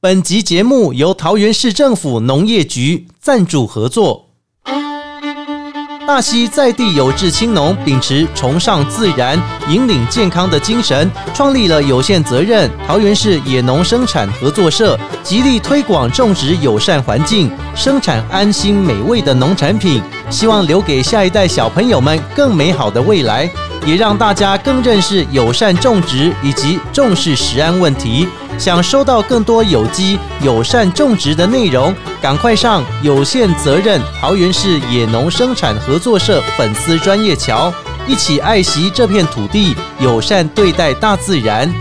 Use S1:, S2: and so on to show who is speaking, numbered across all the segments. S1: 本集节目由桃园市政府农业局赞助合作。大溪在地有志青农秉持崇尚自然、引领健康的精神，创立了有限责任桃园市野农生产合作社，极力推广种植友善环境，生产安心美味的农产品，希望留给下一代小朋友们更美好的未来，也让大家更认识友善种植以及重视食安问题。想收到更多有机友善种植的内容，赶快上有限责任桃园市野农生产合作社粉丝专业桥，一起爱惜这片土地，友善对待大自然。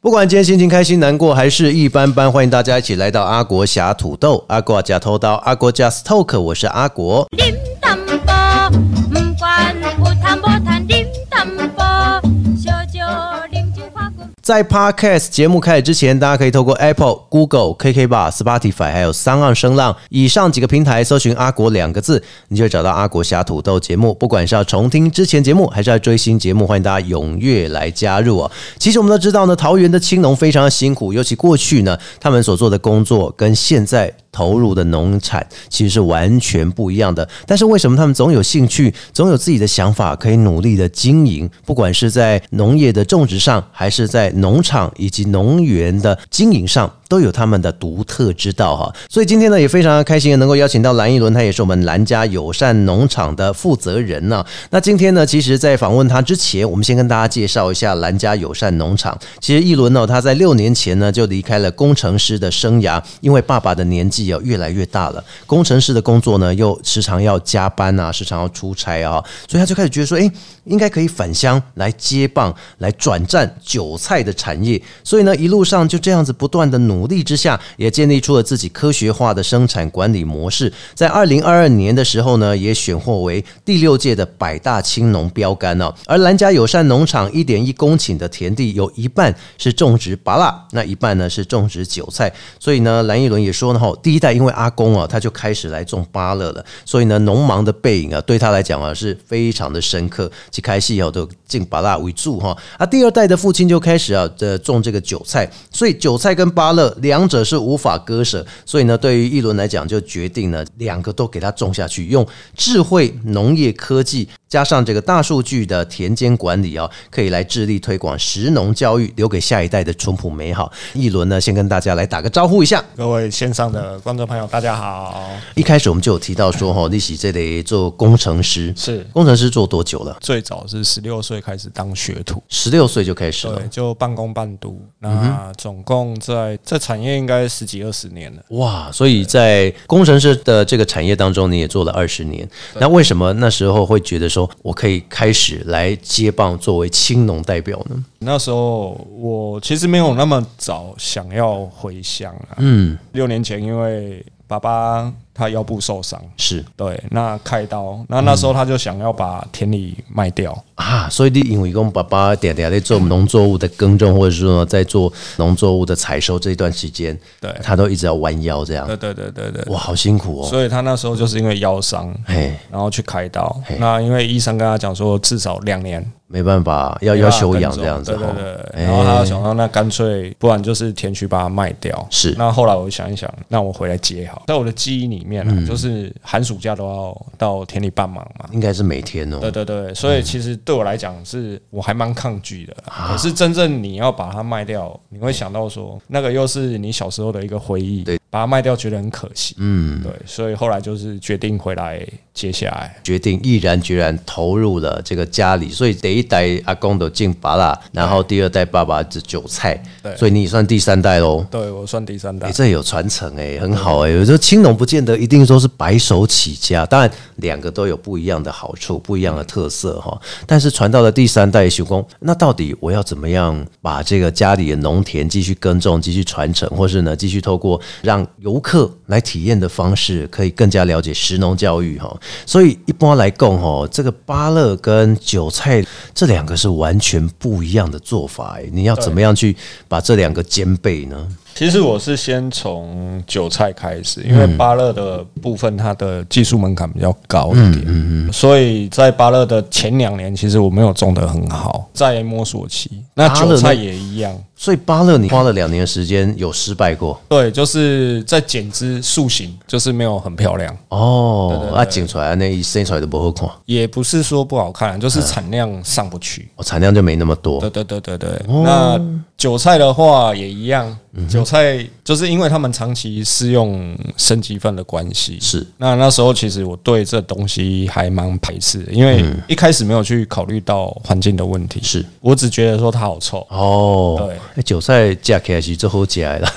S1: 不管今天心情开心、难过还是一般般，欢迎大家一起来到阿国侠土豆、阿国假偷刀、阿国 Just Talk，我是阿国。
S2: điểm tâm bò Mùm quan bù tham bò than điểm tâm bò Cho cho điểm chữ khoa của
S1: 在 Podcast 节目开始之前，大家可以透过 Apple、Google、KK Bar、Spotify 还有三浪声浪以上几个平台搜寻“阿国”两个字，你就会找到阿国侠土豆节目。不管是要重听之前节目，还是要追新节目，欢迎大家踊跃来加入哦。其实我们都知道呢，桃园的青农非常的辛苦，尤其过去呢，他们所做的工作跟现在投入的农产其实是完全不一样的。但是为什么他们总有兴趣，总有自己的想法，可以努力的经营？不管是在农业的种植上，还是在农场以及农园的经营上，都有他们的独特之道哈。所以今天呢，也非常开心地能够邀请到蓝一伦，他也是我们蓝家友善农场的负责人呢、那今天呢，其实，在访问他之前，我们先跟大家介绍一下蓝家友善农场。其实一伦哦，他在六年前呢就离开了工程师的生涯，因为爸爸的年纪哦越来越大了，工程师的工作呢又时常要加班啊，时常要出差啊，所以他就开始觉得说，诶，应该可以返乡来接棒，来转战韭菜的产业。所以呢，一路上就这样子不断的努力之下，也建立出了自己科学化的生产管理模式。在二零二二年的时候呢，也选获为第六届的百大青农标杆哦。而兰家友善农场一点一公顷的田地，有一半是种植芭乐，那一半呢是种植韭菜。所以呢，蓝一伦也说呢，哈，第一代因为阿公啊，他就开始来种芭乐了，所以呢，农忙的背影啊，对他来讲啊是非常的深刻。一开始以后都进芭乐为主哈，啊，第二代的父亲就开始啊，呃，种这个韭菜，所以韭菜跟芭乐两者是无法割舍，所以呢，对于一轮来讲，就决定呢，两个都给它种下去，用智慧农业科技加上这个大数据的田间管理啊，可以来致力推广食农教育，留给下一代的淳朴美好。一轮呢，先跟大家来打个招呼一下。
S3: 各位线上的观众朋友，大家好。
S1: 一开始我们就有提到说，哈，利喜这里做工程师，
S3: 是
S1: 工程师做多久了？
S3: 最早是十六岁开始当学徒，
S1: 十六岁就开始了
S3: 对，。就半工半读。那总共在这产业应该十几二十年了。
S1: 哇，所以在工程师的这个产业当中，你也做了二十年。那为什么那时候会觉得说我可以开始来接棒作为青农代表呢？
S3: 那时候我其实没有那么早想要回乡啊。嗯，六年前因为爸爸他腰部受伤，
S1: 是
S3: 对，那开刀，那那时候他就想要把田里卖掉。
S1: 啊，所以你因为跟爸爸点点在做农作物的耕种，或者说在做农作物的采收这一段时间，
S3: 对
S1: 他都一直要弯腰这样
S3: 对，对对对对。
S1: 哇，好辛苦哦。
S3: 所以他那时候就是因为腰伤，
S1: 嘿，
S3: 然后去开刀
S1: 嘿。
S3: 那因为医生跟他讲说，至少两年
S1: 没办法，要呃要休养这样子
S3: 对
S1: 哈
S3: 对。对。
S1: 哎
S3: 然后他想到，那干脆不然就是田区把它卖掉。
S1: 是
S3: 那后来我想一想，那我回来接好。在我的记忆里面
S1: 嗯
S3: 啊，就是寒暑假都要到田里帮忙嘛。
S1: 应该是每天哦，
S3: 对对对，所以其实对我来讲是我还蛮抗拒的啦，
S1: 啊
S3: 可是真正你要把它卖掉，你会想到说那个又是你小时候的一个回忆，
S1: 对，
S3: 把它卖掉觉得很可惜，
S1: 嗯，
S3: 对，所以后来就是决定回来接下来，
S1: 决定毅然决然投入了这个家里，所以第一代阿公都进芭拉，然后第二代爸爸是韭菜，
S3: 对
S1: 所以你也算第三代喽。
S3: 对我算第三
S1: 哎、
S3: 代，
S1: 这有传承哎、很好哎、有时候青农不见得一定都是白手起家，当然两个都有不一样的好处，不一样的特色哈。但是传到了第三代修工，那到底我要怎么样把这个家里的农田继续耕种、继续传承，或是呢继续透过让游客来体验的方式，可以更加了解食农教育哈。所以一般来讲哈，这个芭乐跟韭菜这两个是完全不一样的做法欸，你要怎么样去把这两个兼备呢？
S3: 其实我是先从韭菜开始，因为
S1: 嗯
S3: 芭乐的部分它的技术门槛比较高一
S1: 嗯
S3: 点，所以在芭乐的前两年，其实我没有种得很好，在摸索期。那
S1: 芭乐呢
S3: 韭菜也一样，
S1: 所以芭乐你花了两年的时间有失败过
S3: 对，就是在剪枝塑形，就是没有很漂亮，
S1: 哦，啊，剪出来那一生出来都不好看，
S3: 也不是说不好看，啊就是产量上不去。
S1: 我产量就没那么多
S3: 对对对对对，
S1: 哦
S3: 那韭菜的话也一样，
S1: 嗯
S3: 韭菜就是因为他们长期是用生鸡粪的关系，
S1: 是
S3: 那那时候其实我对这东西还蛮排斥的，因为
S1: 嗯
S3: 一开始没有去考虑到环境的问题，
S1: 是
S3: 我只觉得说它好臭，
S1: 哦
S3: 对。
S1: 那韭菜架起来其实最后起来了，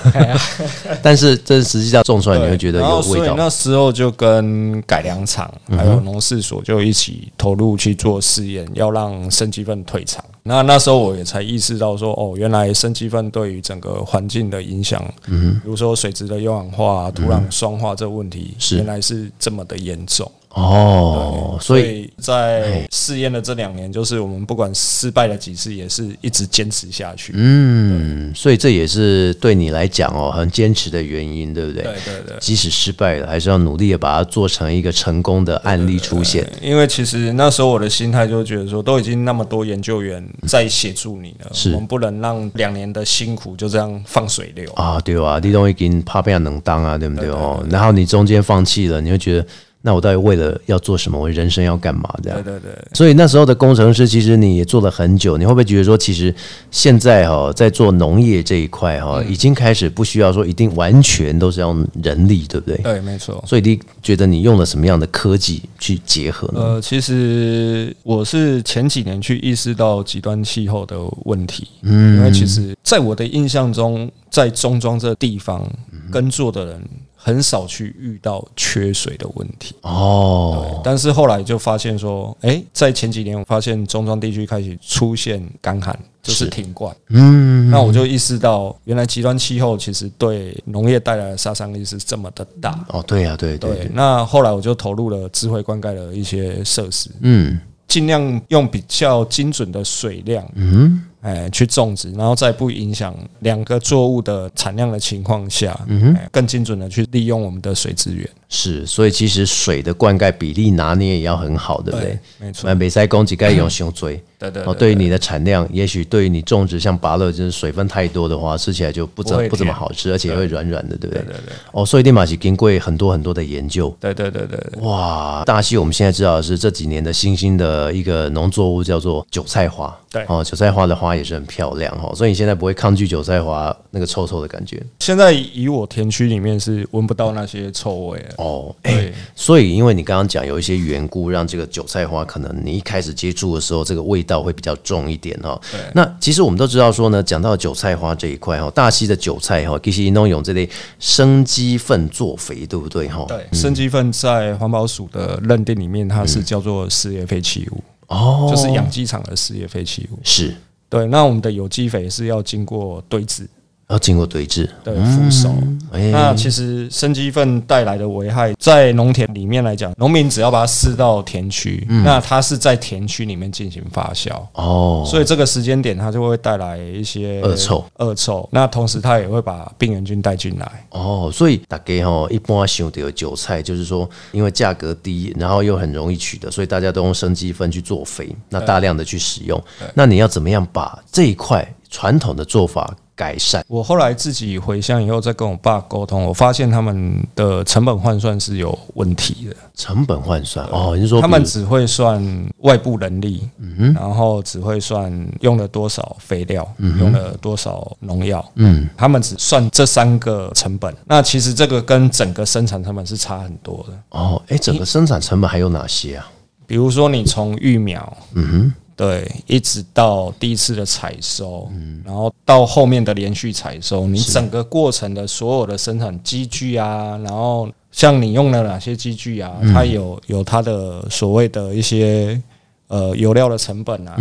S1: 但是这实际上种出来你会觉得
S3: 对然
S1: 有
S3: 后
S1: 味
S3: 啊哦所以
S1: 道。嗯
S3: 那时候就跟改良厂还有农事所就一起投入去做试验，要让生鸡粪退场。那那时候我也才意识到说，哦，原来生鸡粪对于整个环境的影响，嗯，比如说水质的优氧化、啊土壤酸化这个问题，
S1: 嗯是
S3: 原来是这么的严重。
S1: 哦，所
S3: 所
S1: 以哎
S3: 以在试验的这两年，就是我们不管失败了几次，也是一直坚持下去。
S1: 嗯，所以这也是对你来讲哦很坚持的原因，对不对？
S3: 对对对。
S1: 即使失败了，还是要努力的把它做成一个成功的案例出现。
S3: 因为其实那时候我的心态就觉得说，都已经那么多研究员在协助你了，
S1: 是
S3: 我们不能让两年的辛苦就这样放水流。
S1: 啊，对啊，你都已经怕变能当啊，对不对哦？然后你中间放弃了，你会觉得，那我到底为了要做什么？我人生要干嘛？这样
S3: 对。对对，
S1: 所以那时候的工程师，其实你也做了很久，你会不会觉得说，其实现在哈、在做农业这一块哈、已经开始不需要说一定完全都是用人力，对不对？
S3: 对，没错。
S1: 所以你觉得你用了什么样的科技去结合呢？
S3: 呃，其实我是前几年去意识到极端气候的问题，嗯，因为其实在我的印象中，在中庄这地方
S1: 嗯
S3: 耕作的人很少去遇到缺水的问题。
S1: 呃
S3: 对
S1: 哦，
S3: 但是后来就发现说，哎、在前几年我发现中庄地区开始出现干旱，就是停灌。
S1: 嗯，
S3: 那我就意识到，原来极端气候其实对农业带来的杀伤力是这么的大。
S1: 哦，对呀、对对
S3: 对，那后来我就投入了智慧灌溉的一些设施，
S1: 嗯
S3: 尽量用比较精准的水量，
S1: 嗯
S3: 哎，去种植，然后在不影响两个作物的产量的情况下，
S1: 嗯
S3: 哎更精准的去利用我们的水资源。
S1: 是，所以其实水的灌溉比例拿捏也要很好，对不对？，
S3: 没错
S1: 那，北塞供给盖用胸椎
S3: 对对
S1: 哦，对于你的产量，也许对于你种植像芭乐，就是水分太多的话，吃起来就不怎
S3: 不会
S1: 不怎么
S3: 甜
S1: 好吃，而且会软软的，对不对？
S3: 对对对
S1: 哦，所以立马是经过很多很多的研究。
S3: 对对对对对。
S1: 哇，大溪我们现在知道的是这几年的新兴的一个农作物叫做韭菜花，
S3: 对
S1: 哦，韭菜花的花也是很漂亮哦，所以你现在不会抗拒韭菜花那个臭臭的感觉
S3: 现在以我田区里面是闻不到那些臭味了。
S1: 哦，哎、
S3: 对，
S1: 所以，因为你刚刚讲有一些缘故，让这个韭菜花可能你一开始接触的时候，这个味道会比较重一点哈。那其实我们都知道说呢，讲到韭菜花这一块哈，大溪的韭菜哈，其实弄用这类生鸡粪作肥，对不对哈？
S3: 对，生鸡粪在环保署的认定里面，它是叫做事业废弃物，
S1: 嗯哦，
S3: 就是养鸡场的事业废弃物。
S1: 是
S3: 对，那我们的有机肥是要经过堆置、
S1: 要经过对峙，
S3: 对，腐熟。
S1: 哎、
S3: 那其实生鸡粪带来的危害，在农田里面来讲，农民只要把它施到田区，那它是在田区里面进行发酵。
S1: 嗯哦，
S3: 所以这个时间点，它就会带来一些
S1: 恶臭、
S3: 恶臭。那同时，它也会把病原菌带进来。
S1: 哦，所以大家哈一般想到韭菜，就是说因为价格低，然后又很容易取得，所以大家都用生鸡粪去做肥，那大量的去使用。那你要怎么样把这一块传统的做法改善？
S3: 我后来自己回乡以后，再跟我爸沟通，我发现他们的成本换算是有问题的。
S1: 成本换算哦，你是说
S3: 呃他们
S1: 比如嗯
S3: 只会算外部人力，然后只会算用了多少肥料，用了多少农药，
S1: 嗯
S3: 他们只算这三个成本。那其实这个跟整个生产成本是差很多的。
S1: 哦，哎、整个生产成本还有哪些啊？
S3: 比如说，你从育苗，嗯哼。对，一直到第一次的采收，然后到后面的连续采收，你整个过程的所有的生产机具啊，然后像你用了哪些机具啊，
S1: 嗯
S3: 它有有它的
S1: 嗯
S3: 所谓的一些呃油料的成本啊，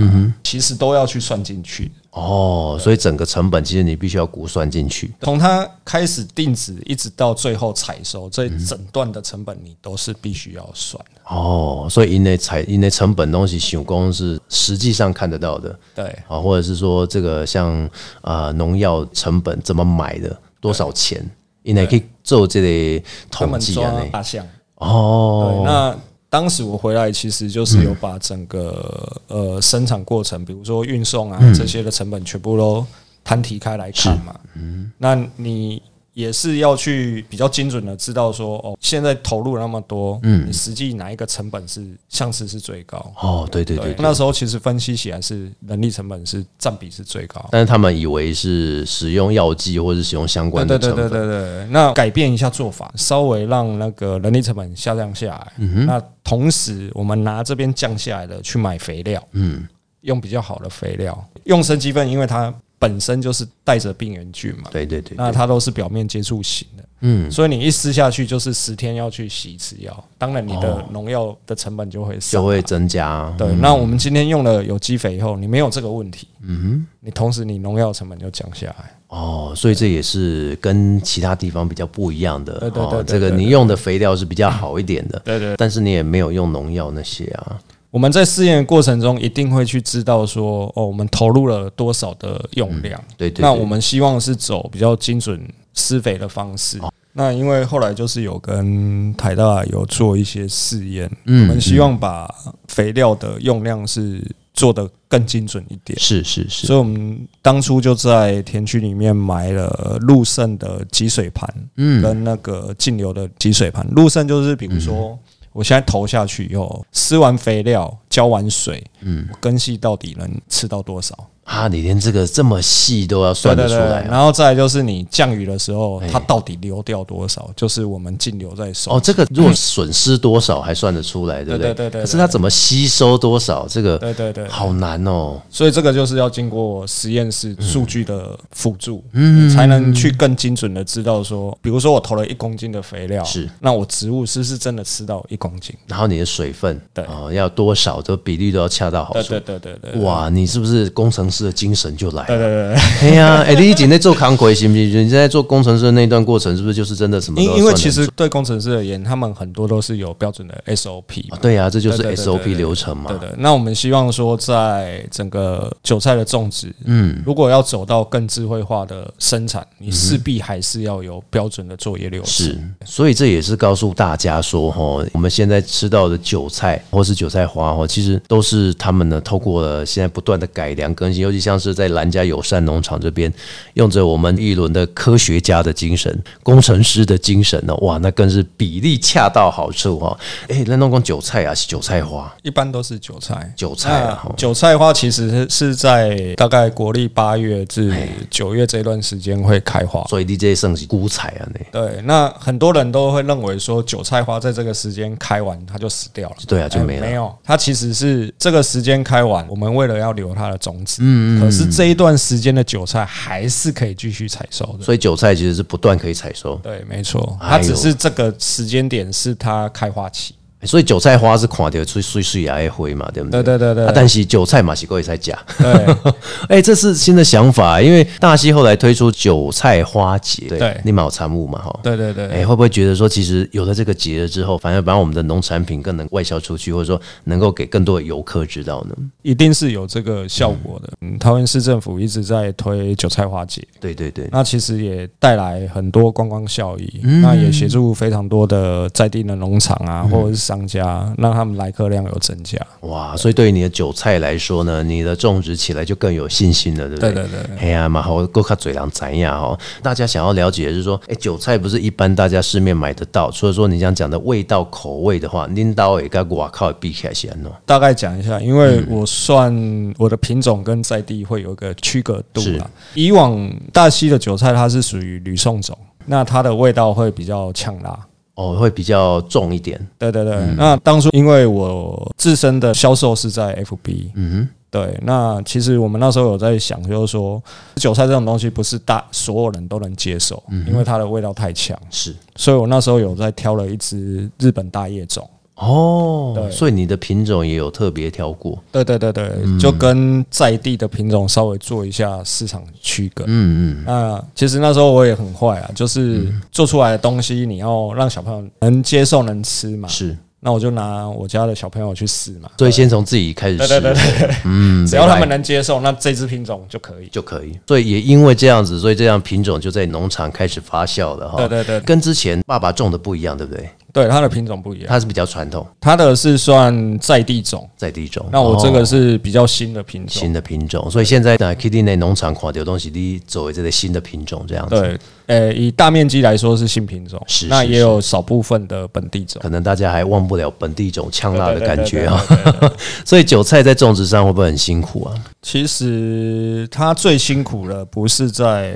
S3: 其实都要去算进去。
S1: 哦，所以整个成本其实你必须要估算进去。
S3: 从它开始定植一直到最后采收，这
S1: 嗯
S3: 一整段的成本你都是必须要算的。
S1: 哦，所以因为财因为成本东西，手工是实际上看得到的
S3: 对，
S1: 啊，或者是说这个像啊农药成本怎么买的，多少钱，因为可以做这类
S3: 专
S1: 统
S3: 门
S1: 计啊
S3: 抓
S1: 内。
S3: 大象。对，
S1: 哦，嗯
S3: 那当时我回来其实就是有把整个、呃生产过程，比如说运送啊、
S1: 嗯
S3: 这些的成本全部都摊提开来看嘛。嗯，那你也是要去比较精准的知道说，哦，现在投入那么多，嗯，你实际哪一个成本是相似是最高？
S1: 哦，对对对，
S3: 那时候其实分析起来是人力成本是占比是最高。
S1: 但是他们以为是使用药剂或者使用相关的
S3: 对
S1: 成
S3: 对
S1: 本
S3: 对对对对，那改变一下做法，稍微让那个人力成本下降下来。
S1: 嗯
S3: 那同时，我们拿这边降下来的去买肥料，嗯，用比较好的肥料，用生鸡粪，因为它本身就是带着病原菌嘛，
S1: 对对对
S3: 那
S1: 对，
S3: 它都是表面接触型的，
S1: 嗯
S3: 嗯，所以你一撕下去就是十天要去洗一次药，当然你的
S1: 哦
S3: 农药的成本就会少
S1: 就。会增加。
S3: 对，那我们今天用了有机肥以后，你没有这个问题，嗯，你同时你农药成本就降下来。
S1: 哦，所以这也是跟其他地方比较不一样的。
S3: 对对对
S1: 哦
S3: 对
S1: 这个
S3: 对对
S1: 你用的肥料是比较好一点的，
S3: 对对
S1: 但是你也没有用农药那些啊。
S3: 我们在试验的过程中，一定会去知道说，哦，我们投入了多少的用量。
S1: 对嗯对对
S3: 那我们希望是走比较精准施肥的方式。
S1: 哦
S3: 那因为后来就是有跟台大有做一些试验，
S1: 嗯
S3: 我们希望把肥料的用量是做得更精准一点。
S1: 嗯是是是，
S3: 所以我们当初就在田区里面埋了陆盛的集水盘，嗯，跟那个径流的集水盘。陆盛就是比如
S1: 嗯
S3: 说，我现在投下去以后，施完肥料，浇完水，嗯，根系到底能吃到多少？
S1: 啊，你连这个这么细都要算得出来啊。
S3: 然后再来就是你降雨的时候
S1: 哎，
S3: 它到底流掉多少？就是我们径流在收
S1: 哦，。这个如果损失多少还算得出来，对不
S3: 对对对对对
S1: 可是它怎么吸收多少，这个
S3: 对对对，
S1: 好难哦。
S3: 所以这个就是要经过实验室数据的辅助，嗯，才能去更精准的知道说，比如说我投了一公斤的肥料，
S1: 是
S3: 那我植物是不是真的吃到一公斤？
S1: 然后你的水分，
S3: 对
S1: 哦，要多少的比例都要恰到好
S3: 对
S1: 处
S3: 对。对对对，
S1: 哇，你是不是工程师的精神就来
S3: 对
S1: 了？
S3: 对对对，
S1: 哎呀，哎，你以前在做扛鬼行不行？你在做工程师的那段过程，是不是就是真的什么都要算
S3: 因因为
S1: 得
S3: 其实
S1: 出
S3: 对工程师而言，他们很多都是有标准的 SOP
S1: 啊
S3: 嘛。
S1: 对呀、这就是
S3: 对对对对
S1: SOP 流程嘛。
S3: 对的，那我们希望说，在整个韭菜的种植，嗯，如果要走到更智慧化的生产，你势必还是要有标准的作业流程。
S1: 嗯是，所以这也是告诉大家说，哈，我们现在吃到的韭菜或是韭菜花，哈，其实都是他们呢透过了现在不断的改良更新，尤其像是在兰家友善农场这边，用着我们一轮的科学家的精神、工程师的精神呢，哇，那更是比例恰到好处哈。哎，那弄讲韭菜啊，是韭菜花，
S3: 一般都是韭菜，
S1: 韭菜啊
S3: 那
S1: 吼
S3: 韭菜花其实是是在大概国历八月
S1: 哎
S3: 至九月这段时间会开花。
S1: 所以 DJ 剩是菇菜啊，那
S3: 对，那很多人都会认为说韭菜花在这个时间开完它就死掉了，
S1: 对啊就
S3: 哎
S1: 没了
S3: 没有，它其实是这个时间开完，我们为了要留它的种子，
S1: 嗯
S3: 可是这一段时间的韭菜还是可以继续采收的。
S1: 所以韭菜其实是不断可以采收。
S3: 对，没错，
S1: 哎
S3: 它
S1: 呦
S3: 只是这个时间点是它开花期。
S1: 所以韭菜花是看到最碎碎也会嘛，对不对？
S3: 对对对对
S1: 啊但是韭菜嘛是可以才假。
S3: 对，
S1: 哎、这是新的想法，因为大西后来推出韭菜花节，
S3: 对
S1: 你们有参悟嘛？哈，
S3: 对对对
S1: 哎、会不会觉得说，其实有了这个节了之后，反而把我们的农产品更能外销出去，或者说能够给更多的游客知道呢？
S3: 一定是有这个效果的。嗯，桃园市政府一直在推韭菜花节，
S1: 对对对，
S3: 那其实也带来很多观光效益，
S1: 嗯
S3: 那也协助非常多的在地的农场啊，或者是商家，让他们来客量有增加。
S1: 哇，所以对于你的韭菜来说呢，你的种植起来就更有信心了，对不对？
S3: 对对对
S1: 哎呀，蛮好，够看嘴狼怎样哦。大家想要了解的是说，哎、韭菜不是一般大家市面买得到，除了说你想讲的味道口味的话，拎刀也跟我靠比起来先哦。
S3: 大概讲一下，因
S1: 嗯
S3: 为我算我的品种跟在地会有一个区隔度
S1: 是
S3: 啦。以往大溪的韭菜它是属于吕宋种，那它的味道会比较呛辣。
S1: 哦，会比较重一点。
S3: 对对对，
S1: 嗯
S3: 那当初因为我自身的销售是在 FB，嗯，对，那其实我们那时候有在想，就是说韭菜这种东西不是大所有人都能接受，
S1: 嗯
S3: 因为它的味道太强，
S1: 是
S3: 所以我那时候有在挑了一只日本大叶种，
S1: 哦，
S3: 对啊
S1: 所以你的品种也有特别挑过，
S3: 对对对对，
S1: 嗯
S3: 就跟在地的品种稍微做一下市场区隔。
S1: 嗯嗯，嗯
S3: 那其实那时候我也很坏啊，就是做出来的东西你要让小朋友能接受、能吃嘛。
S1: 是，
S3: 那我就拿我家的小朋友去试嘛，
S1: 所以先从自己开始
S3: 对
S1: 试，
S3: 对对对，对
S1: 嗯，
S3: 只要他
S1: 明白
S3: 们能接受，那这支品种就可以。
S1: 就可以。所以也因为这样子，所以这样品种就在农场开始发酵了哈。
S3: 对对对对
S1: 跟之前爸爸种的不一样，对不对？
S3: 对，它的品种不一样，
S1: 它是比较传统，
S3: 它的是算在地种，
S1: 在地种。
S3: 那我这
S1: 哦
S3: 个是比较新的品种。
S1: 新的品种，所以现在在 Kitty 内农场垮掉东西，你作为这个新的品种这样子。
S3: 对，呃，以大面积来说是新品种
S1: 是，
S3: 那
S1: 是
S3: 也
S1: 是
S3: 有少部分的本地种。
S1: 可能大家还忘不了本地种呛辣的
S3: 对对对
S1: 感觉啊
S3: 对对对，
S1: 所以韭菜在种植上会不会很辛苦啊？
S3: 其实它最辛苦的不是在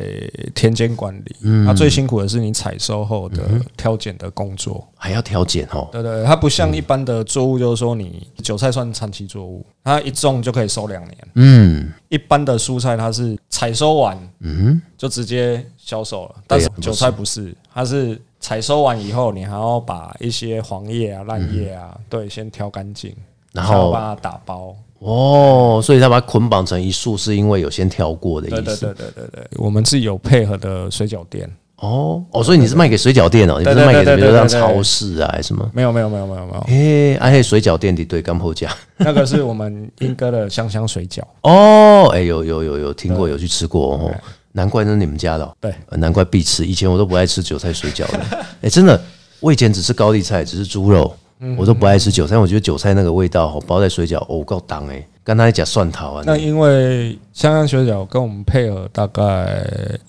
S3: 田间管理，
S1: 嗯
S3: 它最辛苦的是你采收后的挑拣的工作。
S1: 还要调剪哦，
S3: 对对，它不像一般的作物，就是说你韭菜算长期作物，它一种就可以收两年。
S1: 嗯
S3: 一般的蔬菜它是采收完
S1: 嗯，
S3: 就直接销售了，
S1: 对
S3: 但
S1: 呀
S3: 是韭菜不是，它是采收完以后，你还要把一些黄叶啊、烂叶啊，对，先挑干净，
S1: 然后
S3: 还要把它打包。
S1: 哦，所以他把它捆绑成一束，是因为有先挑过的
S3: 对
S1: 意
S3: 对
S1: 思
S3: 对对对对，我们是有配合的水饺店。
S1: 哦哦，所以你是卖给水饺店哦，你不是
S3: 对对
S1: 卖给
S3: 对
S1: 比如
S3: 对
S1: 像
S3: 对对
S1: 超市啊还是什么？
S3: 没有没有没有没有没有，
S1: 嘿，啊嘿，水饺店的对干后价
S3: 那个是我们英哥的香香水饺。
S1: 哦，哎、有有有有听过，有去吃过哦，难怪那是你们家的、哦，
S3: 对
S1: 呃难怪必吃。以前我都不爱吃韭菜水饺的， 哎、真的，我以前只吃高丽菜，只是猪肉，我都不爱吃韭菜，我觉得韭菜那个味道哦，包在水饺哦够当哎，刚才讲蒜头啊，那
S3: 那因为香香水饺跟我们配合大概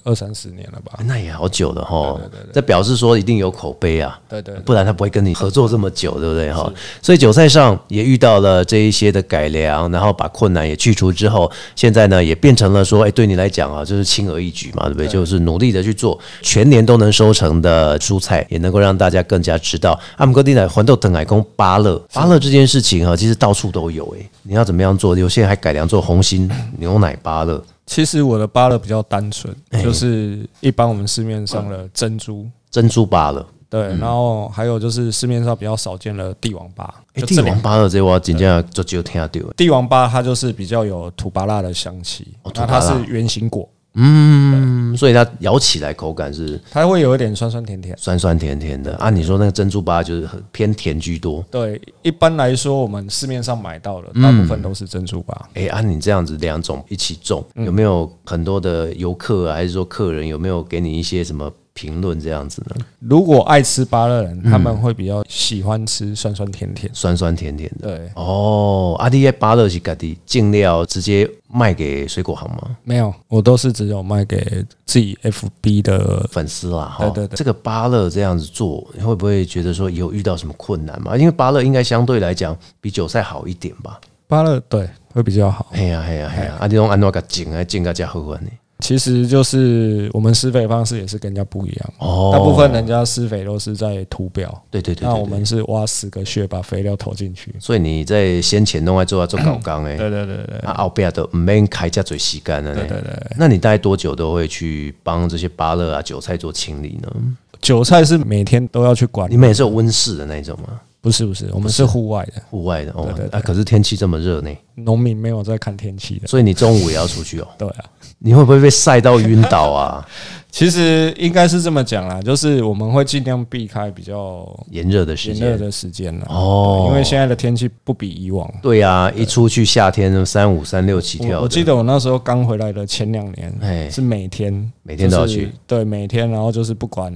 S3: 二三十年了吧？
S1: 那也好久了哈，这表示说一定有口碑啊。
S3: 对对，对
S1: 不然他不会跟你合作这么久，对不对哈？所以韭菜上也遇到了这一些的改良，然后把困难也去除之后，现在呢也变成了说，哎，对你来讲啊，就是轻而易举嘛，对不对？就是努力的去做，全年都能收成的蔬菜，也能够让大家更加知道。阿姆哥地来环豆等海公芭乐，芭乐这件事情啊，其实到处都有哎、你要怎么样做？有些人还改良做红心牛奶芭乐，
S3: 其实我的芭乐比较单纯，
S1: 哎
S3: 就是一般我们市面上的珍珠。
S1: 珍珠芭乐。
S3: 对，然后还有就是市面上比较少见的帝王芭，
S1: 哎，
S3: 就
S1: 帝
S3: 这两
S1: 王芭乐这我真正就只有听到的。
S3: 帝王芭它就是比较有土芭辣的香气
S1: 哦，土芭辣
S3: 那它是圆形果，
S1: 嗯，所以它咬起来口感是
S3: 它会有一点酸酸甜甜。
S1: 酸酸甜甜的。按、你说那个珍珠芭就是很偏甜居多。
S3: 对，一般来说我们市面上买到
S1: 嗯
S3: 的大部分都是珍珠芭，
S1: 哎，按、你这样子两种一起种，
S3: 嗯
S1: 有没有很多的游客、啊、还是说客人有没有给你一些什么评论这样子呢？
S3: 如果爱吃芭乐
S1: 嗯
S3: 人，他们会比较喜欢吃酸酸甜甜。
S1: 酸酸甜甜的。
S3: 对，
S1: 哦，阿弟在芭乐是家己尽料直接卖给水果行吗？
S3: 没有，我都是只有卖给自己 FB 的。
S1: 粉丝啦，哈，
S3: 对对对
S1: 这个芭乐这样子做，你会不会觉得说有遇到什么困难嘛？因为芭乐应该相对来讲比韭菜好一点吧？
S3: 芭乐对会比较好，
S1: 嘿呀嘿呀嘿呀，阿弟用安怎个种啊，种个加好安呢？
S3: 其实就是我们施肥方式也是跟人家不一样，
S1: 哦
S3: 大部分人家施肥都是在土表，
S1: 对对对对
S3: 那
S1: 对
S3: 我们是挖十个穴把肥料投进去，
S1: 所以你在先前弄来做啊做搞纲诶，
S3: 嗯对对对对
S1: 啊后边都唔免开遮嘴时间了呢。
S3: 对对对，
S1: 那你大概多久都会去帮这些芭乐啊、韭菜做清理呢？
S3: 韭菜是每天都要去管
S1: 你，们也是有温室的那种吗？
S3: 不是不是，我们是户外的，
S1: 户外的哦，
S3: 对对
S1: 啊，可是天气这么热呢，
S3: 农民没有在看天气的，
S1: 所以你中午也要出去哦。
S3: 对啊，
S1: 你会不会被晒到晕倒 啊？
S3: 其实应该是这么讲啦，就是我们会尽量避开比较
S1: 炎热的时
S3: 炎热
S1: 间
S3: 的时间啦，
S1: 哦，
S3: 因为现在的天气不比以往。
S1: 对啊，一出去夏天三五三六起
S3: 我
S1: 跳
S3: 我记
S1: 的，
S3: 得我那时候刚回来的前两
S1: 哎
S3: 年，是每天
S1: 每天都要去
S3: 就是对，每天，然后就是不管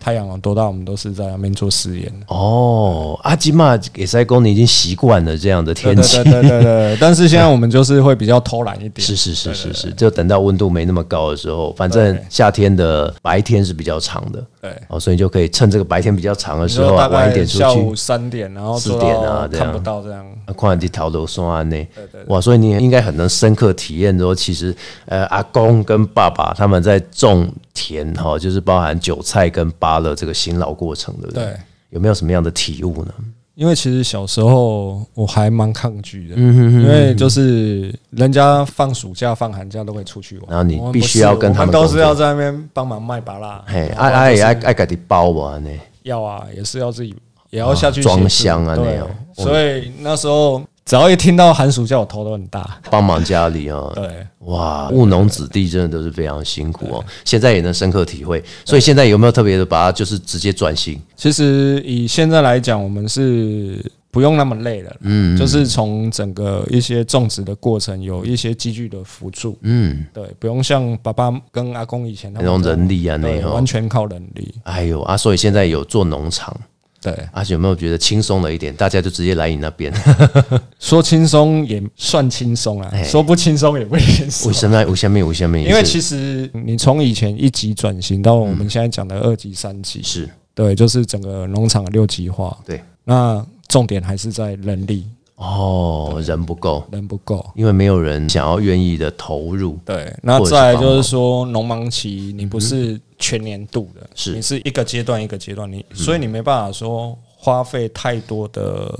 S3: 太阳有多大，我们都是在那边做实验。
S1: 哦，阿吉玛给塞工，你已经习惯了这样的
S3: 对
S1: 天
S3: 对
S1: 气
S3: 对。对对对，但是现在我们就是会比较偷懒一点，
S1: 是是是是是，就等到温度没那么高的时候，反正夏天的白天是比较长的，
S3: 对。
S1: 哦，所以你就可以趁这个白天比较长的
S3: 你
S1: 时
S3: 说
S1: 候啊，
S3: 大
S1: 晚一
S3: 概
S1: 点出
S3: 下午
S1: 去，
S3: 三点，然后
S1: 四
S3: 做
S1: 点啊
S3: 到
S1: 这样
S3: 看不到这样。
S1: 啊，看你头都酸呢
S3: 对。
S1: 哇，所以你也应该很能深刻体验说，其实呃，阿公跟爸爸他们在种田哈、哦，就是包含韭菜跟芭乐这个辛劳过程，对不对？
S3: 对
S1: 有没有什么样的体悟呢？
S3: 因为其实小时候我还蛮抗拒的，因为就是人家放暑假、放寒假都会出去玩，
S1: 然后你
S3: 我们
S1: 必
S3: 不
S1: 须
S3: 是
S1: 要跟他
S3: 我
S1: 们
S3: 们都
S1: 工
S3: 是
S1: 作
S3: 要在那边帮忙卖芭拉，
S1: 嘿，
S3: 然后
S1: 爱爱
S3: 哦就是
S1: 爱爱家己包吧呢？
S3: 要啊，也是要自己也要下去
S1: 装
S3: 协助
S1: 箱啊
S3: 对
S1: 那样
S3: 所以那时候只要一听到寒暑假，我头都很 大。
S1: 帮忙家里啊。
S3: 对，
S1: 哇，务农子弟真的都是非常辛苦哦，现在也能深刻体会。所以现在有没有特别的把它就是直接转型？
S3: 其实以现在来讲，我们是不用那么累了，嗯，就是从整个一些种植的过程有一些机具的辅助，
S1: 嗯，
S3: 对，不用像爸爸跟阿公以前他
S1: 那
S3: 们
S1: 种人力啊那
S3: 对，
S1: 种
S3: 完。全靠人力，
S1: 哎呦啊，所以现在有做农场，
S3: 对，
S1: 而、且有没有觉得轻松了一点？大家就直接来你那 边，
S3: 啊说轻松也算轻松啊
S1: 哎，
S3: 说不轻松也不轻松
S1: 为。什么？为什么？为什么？
S3: 因为其实你从以前一级转型到我们现在讲的二级、三级，
S1: 是
S3: 对，就是整个农场的六级化。
S1: 对，
S3: 那重点还是在人力，
S1: 哦，人不够，
S3: 人不够。
S1: 因为没有人想要愿意的投入。
S3: 对，那
S1: 或者是
S3: 再来
S1: 帮
S3: 就
S1: 忙
S3: 是说，农忙期你不是全年度的，
S1: 是
S3: 你嗯是一嗯个阶段一个阶段，你所以你没办法说花费太多的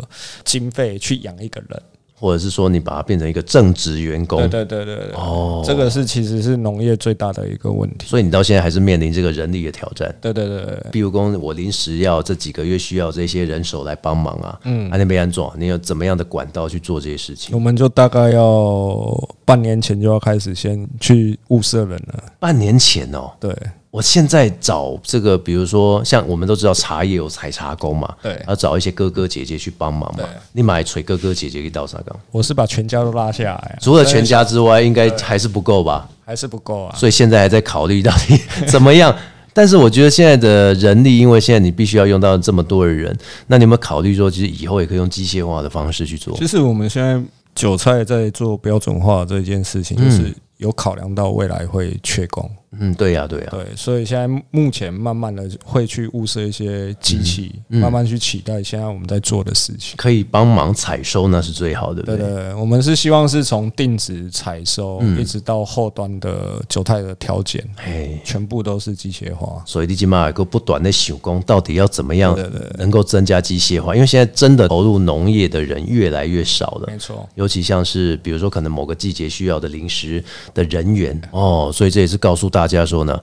S3: 经费去养一个人。
S1: 或者是说你把它变成一个正职员工，
S3: 对对对对对，
S1: 哦
S3: 这个是其实是农业最大的一个问题。
S1: 所以你到现在还是面临这个人力的挑战。
S3: 对对对对，
S1: 比如说，我临时要这几个月需要这些人手来帮忙啊，嗯，那边安装，你有怎么样的管道去做这些事情？
S3: 我们就大概要半年前就要开始先去物色人了。
S1: 半年前哦，
S3: 对
S1: 我现在找这个，比如说像我们都知道茶叶有采茶工嘛，
S3: 对
S1: 要找一些哥哥姐姐去帮忙嘛
S3: 对。
S1: 你买锤哥哥姐姐给到啥岗？
S3: 我是把全家都拉下来，啊
S1: 除了全家之外，应该还是不够吧？
S3: 还是不够啊。
S1: 所以现在还在考虑到底 怎么样。但是我觉得现在的人力，因为现在你必须要用到这么多的人，那你有没有考虑说，其实以后也可以用机械化的方式去做？
S3: 其实我们现在韭菜在做标准化这件事情，就是有考量到未来会缺工，
S1: 嗯，对呀、对呀、
S3: 对，所以现在目前慢慢的会去物色一些机器，慢慢去取代现在我们在做的事情。
S1: 可以帮忙采收那是最好的，对
S3: 对
S1: 不对？
S3: 对，嗯对我们是希望是从定值采收一直到后端的韭菜的调检，
S1: 哎，
S3: 全部都是机械化。
S1: 所以你今嘛有个不短的手工，到底要怎么样能够增加机械化？因为现在真的投入农业的人越来越少了
S3: 没。错，
S1: 尤其像是比如说可能某个季节需要的临时的人员哦，所以这也是告诉大家说呢，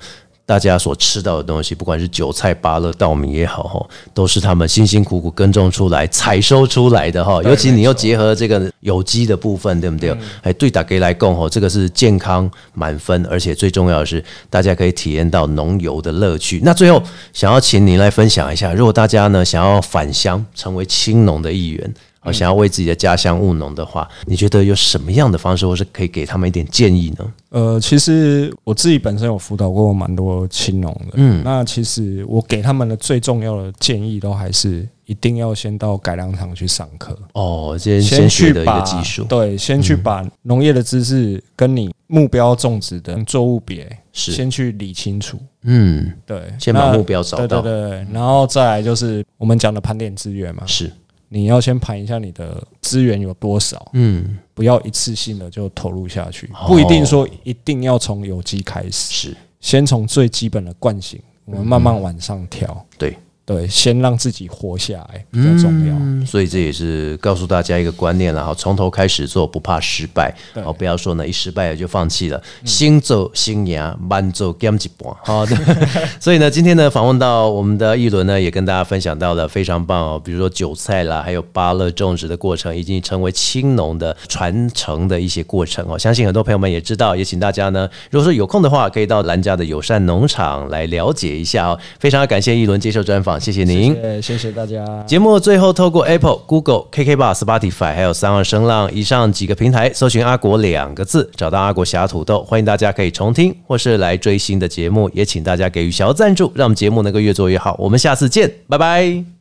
S1: 大家所吃到的东西，不管是韭菜、芭乐、稻米也好哈，都是他们辛辛苦苦耕种出来、采收出来的哈。尤其你又结合这个有机的部分，对不对？哎，对打给来供吼，这个是健康满分，而且最重要的是，大家可以体验到农游的乐趣。那最后想要请您来分享一下，如果大家呢想要返乡成为青农的一员。啊，想要为自己的家乡务农的话，你觉得有什么样的方式，或是可以给他们一点建议呢？
S3: 呃，其实我自己本身有辅导过蛮多青农的，嗯，那其实我给他们的最重要的建议都还是一定要先到改良场去上课，
S1: 哦，先先学
S3: 去
S1: 的一
S3: 把
S1: 个技术，嗯
S3: 对，先去把农业的知识跟你目标种植的作物别
S1: 是
S3: 先去理清楚，
S1: 嗯，
S3: 对，
S1: 先把
S3: 那
S1: 目标找到
S3: 对对对，然后再来就是我们讲的盘点资源嘛，
S1: 是，
S3: 你要先盘一下你的资源有多少，
S1: 嗯，
S3: 不要一次性的就投入下去
S1: 哦，
S3: 不一定说一定要从有机开始。
S1: 是，嗯
S3: 先从最基本的惯性，我们慢慢往上调。
S1: 对，
S3: 对，先让自己活下来比较重要。
S1: 嗯嗯，所以这也是告诉大家一个观念了哈，从头开始做，不怕失败，哦，不要说呢一失败了就放弃了，新走新牙，慢走减几步， 好的。所以呢，今天呢访问到我们的一轮呢，也跟大家分享到了非常棒哦，比如说韭菜啦，还有芭乐种植的过程，以及成为青农的传承的一些过程哦。相信很多朋友们也知道，也请大家呢，如果说有空的话，可以到兰家的友善农场来了解一下哦。非常感谢一轮接受专访，谢谢您。
S3: 谢谢谢谢大家。
S1: 节目最后透过 Apple、Google、KK Bar、Spotify 还有三二声浪以上几个平台搜寻“阿国”两个字，找到阿国侠土豆。欢迎大家可以重听或是来追新的节目，也请大家给予小赞助，让我们节目能够越做越好。我们下次见，拜拜。